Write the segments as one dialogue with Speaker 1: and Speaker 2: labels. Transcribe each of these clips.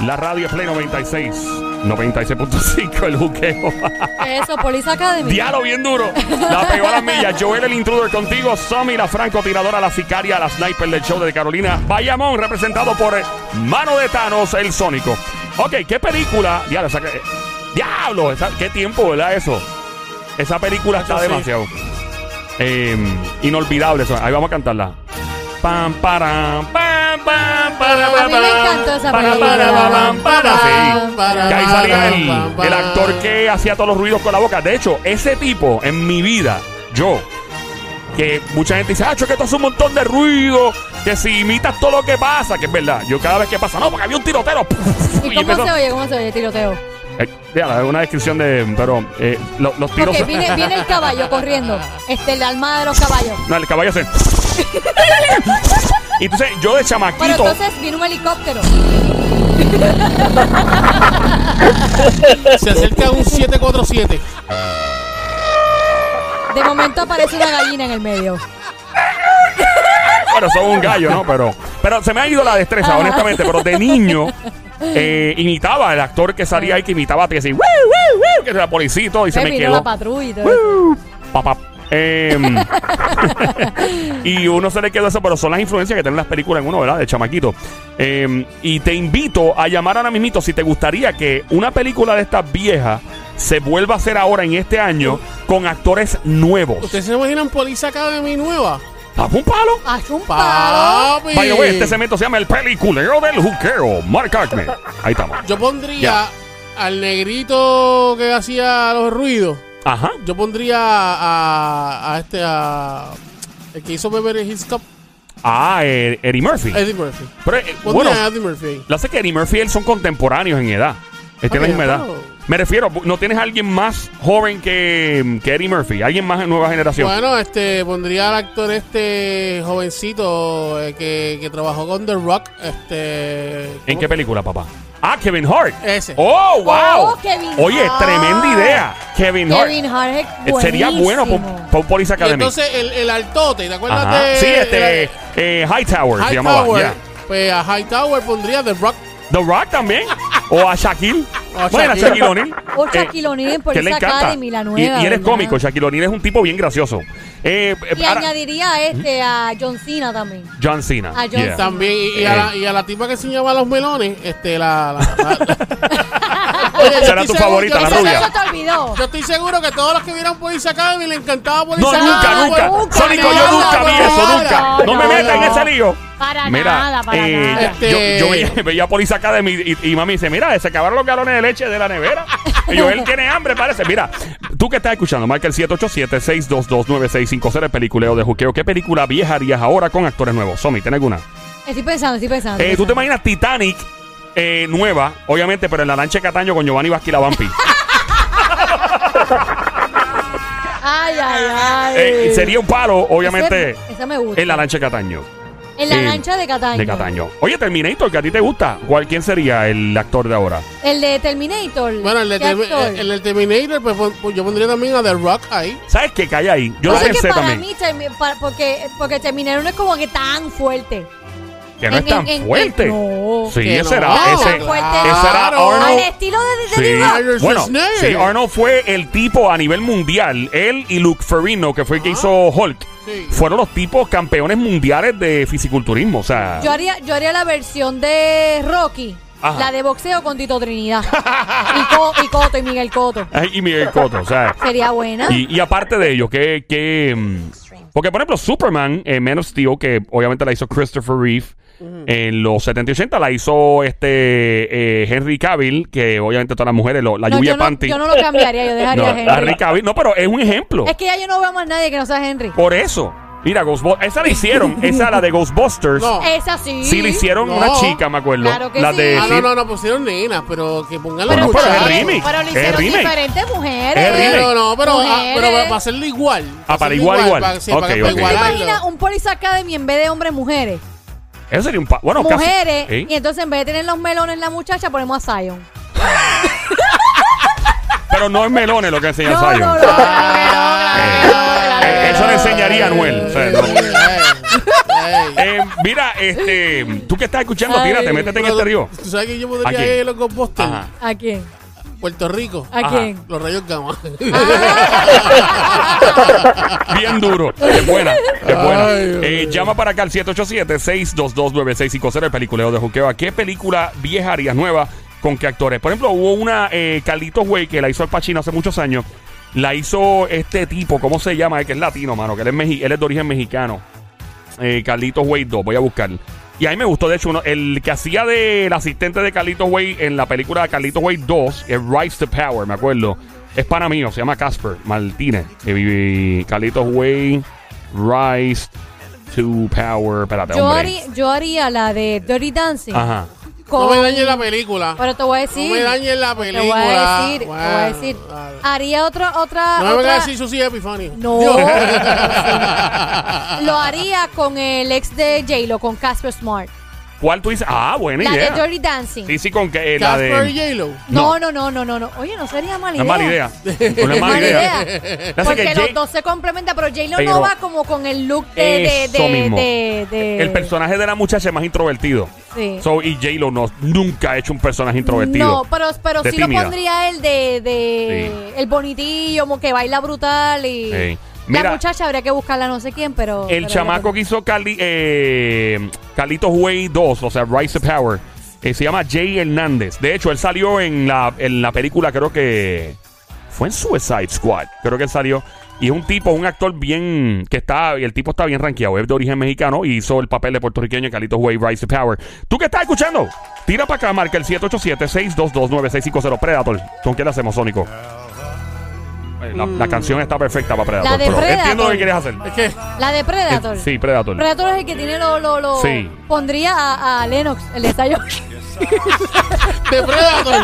Speaker 1: La radio Play 96. 96.5, el juqueo.
Speaker 2: Eso, Police Academy.
Speaker 1: Diablo bien duro. La pegó a las millas. Joel el intruder contigo. Somi, la francotiradora, la sicaria, la sniper del show de Carolina. Bayamón, representado por eh, Mano de Thanos, el sónico. Ok, ¿qué película? Diablo, esa que- Diablo, esa- ¿qué tiempo, verdad? Eso. Esa película está
Speaker 3: Eso sí.
Speaker 1: demasiado. Eh, inolvidable. eso. Ahí vamos a cantarla. Pam, param, pam, pam, param,
Speaker 2: A mí me encantó esa
Speaker 1: param,
Speaker 2: película.
Speaker 1: param, param, param. Sí. Que ahí salía el,
Speaker 3: Pam, pam.
Speaker 1: el actor que hacía todos los ruidos con la boca. De hecho, ese tipo en mi vida, yo, que mucha gente dice, ah, que tú haces un montón de ruido, que si imitas todo lo que pasa, que es verdad. Yo cada vez que pasa, no, porque había un tirotero.
Speaker 2: ¿Y cómo se oye? ¿Cómo se oye? Tiroteo.
Speaker 1: Eh, ya, una descripción de. Pero eh, lo- los tiros.
Speaker 2: Porque viene, viene el caballo corriendo. Este, el alma de los caballos.
Speaker 1: No, el caballo hace. y entonces yo de chamaquito.
Speaker 2: Bueno, entonces viene un helicóptero.
Speaker 3: Se acerca a un 747.
Speaker 2: De momento aparece una gallina en el medio.
Speaker 1: Bueno, son un gallo, ¿no? Pero, pero se me ha ido la destreza, honestamente. Pero de niño eh, imitaba el actor que salía ahí, que imitaba que decía, "Woo, woo, woo", que era policía y todo, y se
Speaker 2: Pues
Speaker 1: me
Speaker 2: vino
Speaker 1: quedó.
Speaker 2: la patrulla y todo eso.
Speaker 1: "Woo, papá". Em, y uno se le quedó eso, pero son las influencias que tienen las películas en uno, ¿verdad? De chamaquito. Em, y te invito a llamar ahora mismito si te gustaría que una película de estas viejas se vuelva a hacer ahora en este año con actores nuevos.
Speaker 3: ¿Ustedes se imaginan Police Academy nueva?
Speaker 1: ¡Pap un palo!
Speaker 2: Haz un palo.
Speaker 3: Papi.
Speaker 1: By the way, este cemento se llama el peliculeo del juqueo. Mark Acme. Ahí estamos.
Speaker 3: Yo pondría al negrito que hacía los ruidos.
Speaker 1: Ajá.
Speaker 3: Yo pondría a, a este a el que hizo Beverly Hills Cop,
Speaker 1: Ah, eh, Eddie Murphy.
Speaker 3: Eddie Murphy.
Speaker 1: Pero, eh,
Speaker 3: Pondría
Speaker 1: bueno,
Speaker 3: a Eddie Murphy. ahí.
Speaker 1: la sé que Eddie Murphy y él son contemporáneos en edad. Este es la
Speaker 3: Ok,
Speaker 1: misma edad.
Speaker 3: pero-
Speaker 1: Me refiero, ¿no tienes a alguien más joven que, que Eddie Murphy? ¿Alguien más de nueva generación?
Speaker 3: Bueno, este pondría al actor este jovencito eh, que, que trabajó con The Rock, este
Speaker 1: ¿En
Speaker 3: ¿cómo?
Speaker 1: qué película, papá? Ah, Kevin Hart.
Speaker 3: Ese.
Speaker 1: ¡Oh, wow!
Speaker 2: Oh, Kevin
Speaker 1: Oye,
Speaker 2: Hart.
Speaker 1: tremenda idea. Kevin Hart.
Speaker 2: Kevin Hart es
Speaker 1: Eh,
Speaker 2: buenísimo.
Speaker 1: Sería bueno por, por Police
Speaker 3: Y
Speaker 1: Academy.
Speaker 3: entonces el, el altote, ¿te acuerdas
Speaker 1: Ajá.
Speaker 3: de
Speaker 1: sí, este.
Speaker 3: el-
Speaker 1: eh, Hightower se llamaba.
Speaker 3: Hightower?
Speaker 1: yeah.
Speaker 3: Pues a Hightower pondría The Rock.
Speaker 1: The Rock también. O a Shaquille.
Speaker 3: O a
Speaker 1: bueno, a
Speaker 3: Shaquille.
Speaker 1: Shaquille O'Neal.
Speaker 2: O
Speaker 1: Eh,
Speaker 2: Shaquille O'Neal en
Speaker 1: que le
Speaker 2: Police
Speaker 1: encanta.
Speaker 2: Academy, la
Speaker 1: Y-
Speaker 2: nueva.
Speaker 1: y, eres
Speaker 2: ¿verdad?
Speaker 1: cómico. Shaquille O'Neal es un tipo bien gracioso. Eh, eh,
Speaker 2: Y
Speaker 1: ahora-
Speaker 2: añadiría a este a John Cena también.
Speaker 1: John Cena.
Speaker 2: a John
Speaker 1: yeah.
Speaker 2: Cena.
Speaker 3: También, y, y a
Speaker 1: Eh.
Speaker 3: la, y a la tipa que enseñaba los melones, este, la. la- la- la- yo
Speaker 1: Será
Speaker 3: estoy
Speaker 1: tu
Speaker 3: seguro-
Speaker 1: favorita,
Speaker 3: yo
Speaker 1: la
Speaker 2: Eso
Speaker 3: estoy-
Speaker 1: rubia.
Speaker 2: no se te olvidó.
Speaker 3: Yo estoy seguro que todos los que vieron Police Academy le encantaba Police
Speaker 1: No,
Speaker 3: Academy.
Speaker 1: nunca, nunca.
Speaker 2: nunca,
Speaker 1: Sónico, yo
Speaker 2: nada,
Speaker 1: nunca vi
Speaker 2: nada,
Speaker 1: eso, nunca. No,
Speaker 2: no,
Speaker 1: me metas en
Speaker 2: no.
Speaker 1: ese lío.
Speaker 2: Para
Speaker 1: Mira,
Speaker 2: nada, para
Speaker 1: eh,
Speaker 2: nada.
Speaker 3: Este-
Speaker 1: yo, yo veía, veía Police Academy y, y mami dice, mira, se acabaron los galones de leche de la nevera. Y yo, él tiene hambre, parece. Mira, tú que estás escuchando, marca el 787-622-9650, el peliculeo de juqueo. ¿Qué película vieja harías ahora con actores nuevos? Somi, ¿tienes alguna?
Speaker 2: Estoy pensando, estoy pensando.
Speaker 1: Eh, ¿Tú te imaginas Titanic eh, nueva, obviamente, pero en la lancha de Cataño con Giovanni Vázquez y la Vampi?
Speaker 2: Ay, ay, ay.
Speaker 1: Eh, sería un palo, obviamente,
Speaker 2: Ese- esa me gusta.
Speaker 1: en la lancha de Cataño.
Speaker 2: En la
Speaker 1: eh,
Speaker 2: lancha de Cataño.
Speaker 1: De Cataño. Oye, Terminator, que a ti te gusta. ¿Cuál, ¿Quién sería el actor de ahora?
Speaker 2: El de Terminator.
Speaker 3: Bueno, el de,
Speaker 2: ¿Qué
Speaker 3: Termi-
Speaker 2: actor?
Speaker 3: el- el de Terminator, pues, pon- pues, yo pondría también a The Rock ahí.
Speaker 1: ¿Sabes qué? Calla ahí. Yo
Speaker 2: Yo
Speaker 1: lo
Speaker 2: sé que
Speaker 1: pensé
Speaker 2: para
Speaker 1: también.
Speaker 2: mí, Termi- para- porque, porque Terminator no es como que tan fuerte.
Speaker 1: que no
Speaker 2: en-
Speaker 1: es tan
Speaker 2: en- en-
Speaker 1: fuerte.
Speaker 2: no.
Speaker 1: sí,
Speaker 3: Que
Speaker 1: ese
Speaker 3: no.
Speaker 1: era. Ese,
Speaker 2: Tan fuerte.
Speaker 1: ese era
Speaker 2: Al
Speaker 1: Arnold.
Speaker 2: estilo de, de,
Speaker 1: Sí.
Speaker 2: de Rock.
Speaker 3: Arnold
Speaker 1: Bueno,
Speaker 3: Schwarzenegger.
Speaker 1: sí, Arnold fue el tipo a nivel mundial. Él y Luke Ferrino, que fue
Speaker 2: Ah.
Speaker 1: el que hizo Hulk,
Speaker 3: Sí.
Speaker 1: fueron los tipos campeones mundiales de fisiculturismo. O sea,
Speaker 2: Yo haría, yo haría la versión de Rocky.
Speaker 1: Ajá.
Speaker 2: La de boxeo con Tito Trinidad. y, Co- y Coto y Miguel Coto.
Speaker 1: Ay, y Miguel Cotto, o sea.
Speaker 2: Sería buena.
Speaker 1: Y, y aparte de ello, que, que mm, porque por ejemplo Superman, eh, Man of Steel, que obviamente la hizo Christopher Reeve en los 70 y 80, la hizo este eh, Henry Cavill, que obviamente todas las mujeres, lo- la
Speaker 2: No,
Speaker 1: lluvia
Speaker 2: yo, no,
Speaker 1: panty.
Speaker 2: yo no lo cambiaría, yo
Speaker 1: No,
Speaker 2: dejaría a Henry.
Speaker 1: Henry Cavill, no, pero es un ejemplo.
Speaker 2: Es que ya yo no veo a más nadie que no sea Henry.
Speaker 1: Por eso, mira, Ghostbusters, esa la hicieron, esa la de Ghostbusters,
Speaker 3: No.
Speaker 2: Esa sí.
Speaker 1: sí la hicieron
Speaker 3: No.
Speaker 1: una chica, me acuerdo,
Speaker 2: Claro que
Speaker 1: la
Speaker 2: sí.
Speaker 1: de
Speaker 3: Ah,
Speaker 2: sí.
Speaker 3: no, no, no, pusieron nenas, pero que pongan la
Speaker 1: Pero
Speaker 3: muchacha.
Speaker 1: es el
Speaker 2: Pero-
Speaker 1: remake.
Speaker 2: Pero lo
Speaker 1: Es
Speaker 2: hicieron
Speaker 1: remake.
Speaker 2: diferentes mujeres.
Speaker 1: Es remake.
Speaker 3: Pero no, pero, ah, pero
Speaker 2: Mujeres.
Speaker 3: para hacerlo igual.
Speaker 1: Ah, para
Speaker 3: hacerlo
Speaker 1: igual, igual.
Speaker 3: Para, sí,
Speaker 1: Ok,
Speaker 3: para,
Speaker 1: ok.
Speaker 3: para
Speaker 1: ¿Tú te
Speaker 2: ¿Te
Speaker 3: igualarlo.
Speaker 2: imaginas un Police Academy en vez de hombres, mujeres?
Speaker 1: eso sería un pa- bueno, casi-
Speaker 2: mujeres.
Speaker 1: ¿Eh?
Speaker 2: Y entonces en vez de tener los melones la muchacha, ponemos a Zion.
Speaker 1: pero no es melones lo que enseña
Speaker 2: No, no,
Speaker 1: Zion.
Speaker 2: no,
Speaker 1: Eh,
Speaker 2: claro que no, claro que
Speaker 1: eh,
Speaker 2: no, claro que
Speaker 1: eso
Speaker 2: no.
Speaker 1: le enseñaría a Anuel. o sea, no.
Speaker 3: Eh, eh, ey.
Speaker 1: Eh, mira, este, tú que estás escuchando,
Speaker 2: Ay.
Speaker 1: tírate, métete en
Speaker 3: Pero,
Speaker 1: este río.
Speaker 3: ¿Tú sabes que yo
Speaker 1: ¿A
Speaker 3: podría
Speaker 1: quién?
Speaker 3: ir a los composters?
Speaker 1: Ajá.
Speaker 2: ¿A quién?
Speaker 3: Puerto Rico.
Speaker 2: ¿A
Speaker 1: Ajá.
Speaker 2: quién?
Speaker 3: Los rayos gamma.
Speaker 2: Ah.
Speaker 1: Bien duro. Es buena. Es buena.
Speaker 3: Ay, Dios
Speaker 1: Eh, llama para acá al 787-622-9650, el peliculeo de Juqueo. ¿Qué película vieja harías nueva con qué actores? Por ejemplo, hubo una, eh, Carlitos Way, que la hizo Al Pacino hace muchos años. La hizo este tipo, ¿cómo se llama? Eh, Que es latino, mano, que él es, meji- él es de origen mexicano. Eh, Carlitos Way 2, voy a buscar. Y a mí me gustó, de hecho, uno, el que hacía del asistente de Carlitos Way en la película de Carlitos Way 2, es Rise to Power, me acuerdo. Es para mí, se llama Casper Martínez. Que vive Carlitos Way, Rise to Power. Espérate,
Speaker 2: Yo
Speaker 1: hombre.
Speaker 2: haría, yo haría la de Dirty Dancing.
Speaker 1: Ajá.
Speaker 2: con-
Speaker 3: No me dañes la película.
Speaker 2: Pero te voy a
Speaker 3: no
Speaker 2: decir.
Speaker 3: me dañes la película.
Speaker 2: Te voy a decir, te voy a
Speaker 3: Bueno,
Speaker 2: decir.
Speaker 3: dale.
Speaker 2: Haría otra, otra.
Speaker 3: No me
Speaker 2: otra-
Speaker 3: vengas a decir Susi Epifanio.
Speaker 2: No.
Speaker 3: Dios.
Speaker 2: Lo haría con el ex de J-Lo, con Casper Smart.
Speaker 1: ¿Cuál tú dices? Ah, buena
Speaker 2: La
Speaker 1: idea.
Speaker 2: de Dirty Dancing.
Speaker 1: Sí, sí, con que eh, la
Speaker 3: Casper
Speaker 1: de.
Speaker 3: y J-Lo.
Speaker 2: No, no, no, no, no, no. Oye, no sería
Speaker 1: No
Speaker 2: mala idea.
Speaker 1: es mala idea. No es mala idea. Lo que hace
Speaker 2: Porque
Speaker 1: que
Speaker 2: los
Speaker 1: Jay-
Speaker 2: dos se complementan, pero J-Lo
Speaker 1: Pero-
Speaker 2: no va como con el look de. de,
Speaker 1: Eso
Speaker 2: de,
Speaker 1: mismo.
Speaker 2: de- de-
Speaker 1: El personaje de la muchacha es más introvertido.
Speaker 2: Sí.
Speaker 1: So, y J-Lo no, nunca ha hecho un personaje introvertido.
Speaker 2: No, pero, pero
Speaker 1: de
Speaker 2: sí lo
Speaker 1: tímida.
Speaker 2: pondría el de, de el bonitillo, como que baila brutal y
Speaker 1: Sí. Mira.
Speaker 2: la muchacha habría que buscarla no sé quién, pero
Speaker 1: El
Speaker 2: pero-
Speaker 1: chamaco que hizo Carli, eh, Carlitos Way 2, o sea, Rise of Power, eh, se llama Jay Hernández. De hecho, él salió en la, en la película, creo que fue en Suicide Squad, creo que él salió. Y es un tipo, un actor bien, que está, y el tipo está bien rankeado, es de origen mexicano y hizo el papel de puertorriqueño en Carlitos Way, Rise of Power. ¿Tú qué estás escuchando? Tira para acá, marca el 787-622-9650 Predator. ¿Con qué le hacemos, Sónico? Eh, La, la canción está perfecta para Predator.
Speaker 2: Mm. La de
Speaker 1: pero Entiendo lo
Speaker 2: Predator.
Speaker 1: que quieres hacer.
Speaker 3: Es que
Speaker 2: la de Predator.
Speaker 1: Sí, Predator.
Speaker 2: Predator es el que tiene lo, lo, lo-
Speaker 1: Sí.
Speaker 2: pondría a, a Lennox, el ensayo.
Speaker 3: de Predator.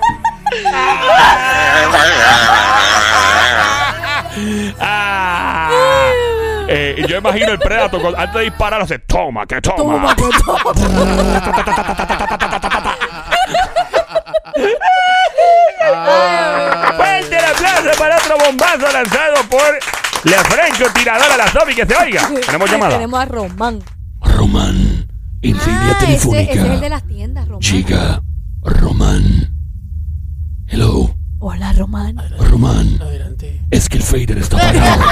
Speaker 1: Ah. Eh, y yo imagino el Predator cuando- antes de disparar hace toma que toma.
Speaker 2: Toma, pues. que toma.
Speaker 1: Fuerte el aplauso para otro bombazo lanzado por la Franco tiradora la Zombie que se oiga. Tenemos llamada.
Speaker 2: Tenemos a Román.
Speaker 4: Román, infilia
Speaker 2: Ah, ese,
Speaker 4: telefónica.
Speaker 2: ese es el de las tiendas, Román.
Speaker 4: Chica, Román. Hello,
Speaker 2: Hola, Román.
Speaker 4: Román.
Speaker 3: Adelante.
Speaker 4: Es que el fader está apagado.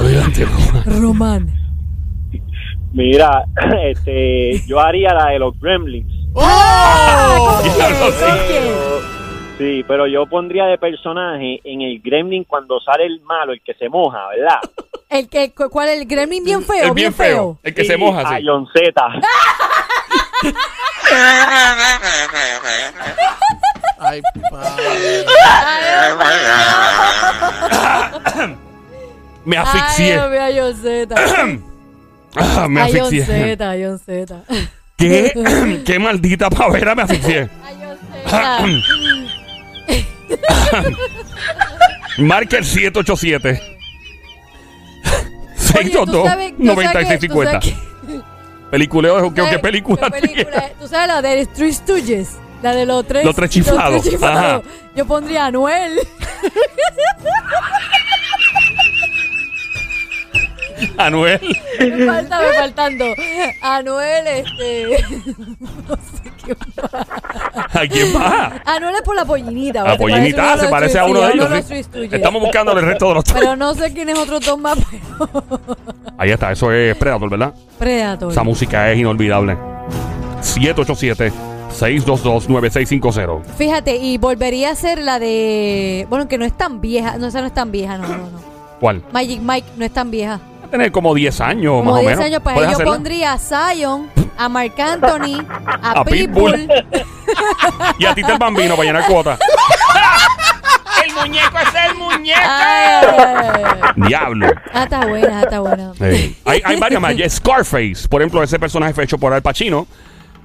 Speaker 4: Adelante, Román.
Speaker 2: Román.
Speaker 5: Mira, este, yo haría la de los Gremlins.
Speaker 3: ¡Oh!
Speaker 1: Diablo, sí.
Speaker 5: Pero- sí, pero yo pondría de personaje en el Gremlin cuando sale el malo, el que se moja, ¿verdad?
Speaker 2: El que, cu- ¿Cuál? El gremlin bien feo.
Speaker 1: El bien feo. El que se
Speaker 5: Sí,
Speaker 1: moja,
Speaker 5: A
Speaker 1: sí.
Speaker 5: John Zeta.
Speaker 3: Ay, padre.
Speaker 1: Me
Speaker 2: Ay,
Speaker 1: asfixié.
Speaker 2: Dios mío, a John Zeta.
Speaker 1: Ah, me
Speaker 2: A John
Speaker 1: asfixié.
Speaker 2: Zeta, a John Zeta.
Speaker 1: ¿Qué? Qué maldita pavera me asfixié.
Speaker 2: A John Zeta.
Speaker 1: Marca el 787.
Speaker 2: Oye, ¿tú sabes- tú sabes que- tú sabes
Speaker 1: 622-9650.
Speaker 2: que-
Speaker 1: Peliculeo de Juqueo. ¿Qué
Speaker 2: ¿sabes
Speaker 1: película
Speaker 2: qué
Speaker 1: tiene?
Speaker 2: película es? ¿Tú sabes la de los Three Stooges? La de los tres.
Speaker 1: Los tres chiflados,
Speaker 2: chiflados.
Speaker 1: ajá.
Speaker 2: Yo pondría a Anuel.
Speaker 1: Anuel.
Speaker 2: Me falta, me faltando. Anuel, este. no sé qué más.
Speaker 1: ¿A quién más?
Speaker 2: Anuel es por la pollinita.
Speaker 1: A
Speaker 2: ¿verdad?
Speaker 1: Pollinita ah, se
Speaker 2: Te
Speaker 1: parece a uno de ellos. sí.
Speaker 2: Three Stooges.
Speaker 1: Estamos buscando el resto de los tres.
Speaker 2: Pero no sé quién es otro dos más. pero-
Speaker 1: Ahí está, eso es Predator, ¿verdad?
Speaker 2: Predator.
Speaker 1: Esa música es inolvidable. 787-622-9650.
Speaker 2: Fíjate, y volvería a ser la de. Bueno, que no es tan vieja. No, esa no es tan vieja, no, no, no.
Speaker 1: ¿Cuál?
Speaker 2: Magic Mike no es tan vieja.
Speaker 1: Va a tener como 10 años, pues
Speaker 2: Como
Speaker 1: más o
Speaker 2: 10
Speaker 1: menos.
Speaker 2: años para
Speaker 1: ¿Puedes
Speaker 2: ahí, yo
Speaker 1: hacerla?
Speaker 2: pondría a Zion, a Marc Anthony, a,
Speaker 1: A Pitbull.
Speaker 2: Pitbull.
Speaker 1: Y a ti el bambino para llenar cuota. ¡El muñeco es el muñeco!
Speaker 2: Ay, ay, ay, ay.
Speaker 1: ¡Diablo!
Speaker 2: Ah, está buena, ah, está buena.
Speaker 1: Sí. hay, hay varias más. Y Scarface, por ejemplo, ese personaje fue hecho por Al Pacino.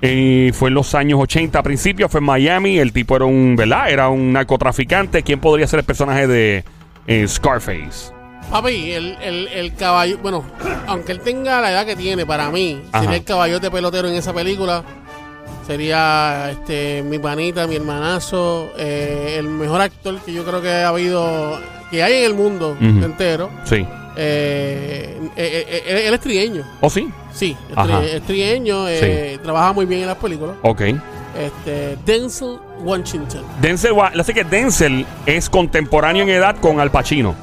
Speaker 1: eh, fue en los años 80 a principio, fue en Miami. El tipo era un, ¿verdad? Era un narcotraficante. ¿Quién podría ser el personaje de eh, Scarface?
Speaker 3: Papi, el, el, el caballo. Bueno, aunque él tenga la edad que tiene, para mí,
Speaker 1: Ajá.
Speaker 3: sería el caballote pelotero en esa película. Sería este mi panita, mi hermanazo, eh, el mejor actor que yo creo que ha habido que hay en el mundo
Speaker 1: Ujú.
Speaker 3: entero.
Speaker 1: Sí.
Speaker 3: Eh, eh, eh, él, él es trigueño,
Speaker 1: ¿O ¿Oh, sí?
Speaker 3: sí, es,
Speaker 1: Ajá.
Speaker 3: tri- es trigueño, eh, trabaja muy bien en las películas.
Speaker 1: Ok.
Speaker 3: Este, Denzel Washington.
Speaker 1: Denzel, Wa- lo sé que Denzel es contemporáneo en edad con Al Pacino.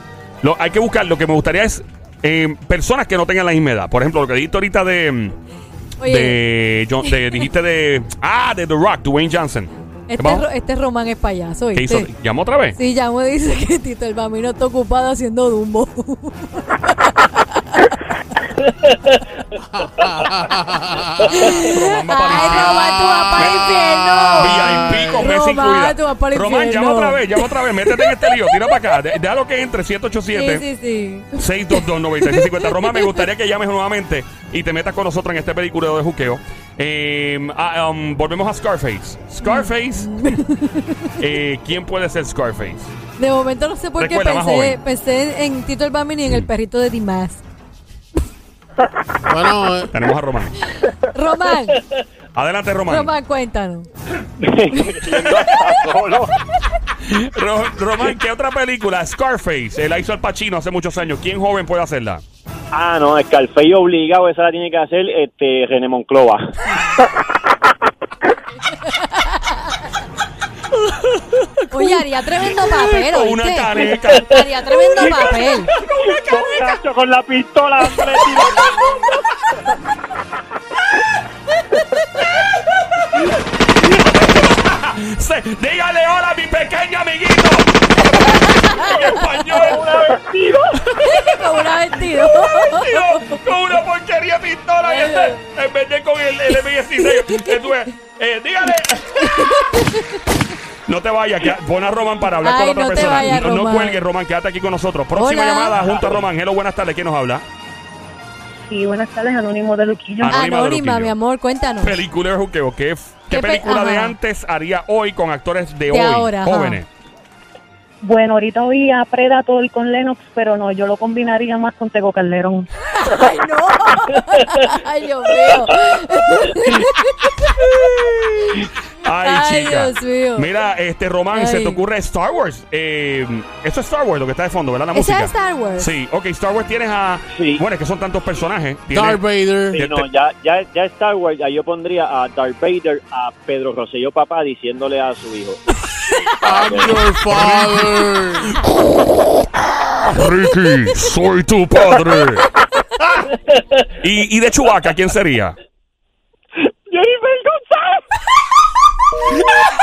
Speaker 1: Lo, hay que buscar, lo que me gustaría es eh, personas que no tengan la misma edad. Por ejemplo, lo que dijiste ahorita de. mm,
Speaker 2: Oye,
Speaker 1: de, John- de- dijiste de. Ah, de The Rock, Dwayne Johnson. ¿Qué
Speaker 2: este,
Speaker 1: pasó?
Speaker 2: Ro- este Román es payaso,
Speaker 1: ¿Qué hizo?
Speaker 2: ¿oíste?
Speaker 1: ¿Llamó otra vez?
Speaker 2: Sí, ya me dice que Tito el Bambino está ocupado haciendo Dumbo.
Speaker 1: Román va para el Ah,
Speaker 2: Ay, Román, tú vas para el infierno.
Speaker 1: VIP con Messi
Speaker 2: Román,
Speaker 1: incluida.
Speaker 2: tú vas para el
Speaker 1: Román, llama
Speaker 2: infierno.
Speaker 1: otra vez, llama otra vez. Métete en este lío, tira para acá. De- Déjalo que entre, 787.
Speaker 2: Sí, sí, sí.
Speaker 1: 622-9650. Roma, me gustaría que llames nuevamente y te metas con nosotros en este película de juqueo. Eh, ah, um, volvemos a Scarface. Scarface. eh, ¿Quién puede ser Scarface?
Speaker 2: De momento no sé por qué
Speaker 1: Recuerda, más
Speaker 2: pensé,
Speaker 1: joven.
Speaker 2: pensé en Tito el Bambino y en el perrito de Dimas.
Speaker 3: Bueno, eh,
Speaker 1: Tenemos a Román.
Speaker 2: Román,
Speaker 1: Adelante, Román.
Speaker 2: Román, cuéntanos.
Speaker 5: Solo.
Speaker 1: Ro- Román, ¿qué otra película? Scarface. Él la hizo al Pacino hace muchos años. ¿Quién joven puede hacerla?
Speaker 5: Ah, no, Scarface obligado, esa la tiene que hacer este René Monclova.
Speaker 2: Oye, haría tremendo papel,
Speaker 1: Con una
Speaker 2: ¿oíste?
Speaker 1: caneca.
Speaker 2: Haría tremendo papel.
Speaker 5: Cacho con la pistola, hombre, tira.
Speaker 1: Se- Dígale hola a mi pequeño amiguito. en español.
Speaker 2: Con una vestido.
Speaker 1: Tío, con una porquería pistola y ese, en vez de con el, el M16, que tú es, eh, dígale. No te vayas, que, pon a Roman para hablar con
Speaker 2: Ay,
Speaker 1: otra
Speaker 2: no te
Speaker 1: persona.
Speaker 2: vayas,
Speaker 1: no, no
Speaker 2: Román.
Speaker 1: cuelgues, Roman, quédate aquí con nosotros. Próxima
Speaker 2: Hola.
Speaker 1: llamada junto a Roman. Hello, buenas tardes, ¿quién nos habla?
Speaker 6: Sí, buenas tardes, Anónimo de Luquillo.
Speaker 1: Ah. Anónima de
Speaker 2: Anónima,
Speaker 1: Luquillo.
Speaker 2: mi amor, cuéntanos.
Speaker 1: Película de juqueo. ¿Qué, f- qué
Speaker 2: ¿Qué pe-
Speaker 1: película de
Speaker 2: ajá.
Speaker 1: antes haría hoy con actores de,
Speaker 2: De
Speaker 1: hoy,
Speaker 2: ahora, ajá.
Speaker 1: jóvenes?
Speaker 6: Bueno, ahorita oí a Predator con Lennox, pero no, yo lo combinaría más con Tego Calderón.
Speaker 2: Ay, no. Ay, Dios mío.
Speaker 1: Ay,
Speaker 2: Ay,
Speaker 1: chica.
Speaker 2: Dios mío.
Speaker 1: Mira, este Román, ¿se
Speaker 2: Ay.
Speaker 1: te ocurre Star Wars? Eh, eso es Star Wars, lo que está de fondo, ¿verdad? La
Speaker 2: ¿Esa
Speaker 1: música.
Speaker 2: es Star Wars?
Speaker 1: Sí, ok, Star Wars tienes a.
Speaker 5: Sí.
Speaker 1: Bueno, es que son tantos personajes. Tienes-
Speaker 3: Darth Vader.
Speaker 5: Sí, no, ya, ya, ya Star Wars, ya yo pondría a Darth Vader, a Pedro Rosselló papá, diciéndole a su hijo.
Speaker 3: I'm your father.
Speaker 1: Ricky, soy tu padre. y, y de Chewbacca, ¿quién sería?
Speaker 5: Jennifer González.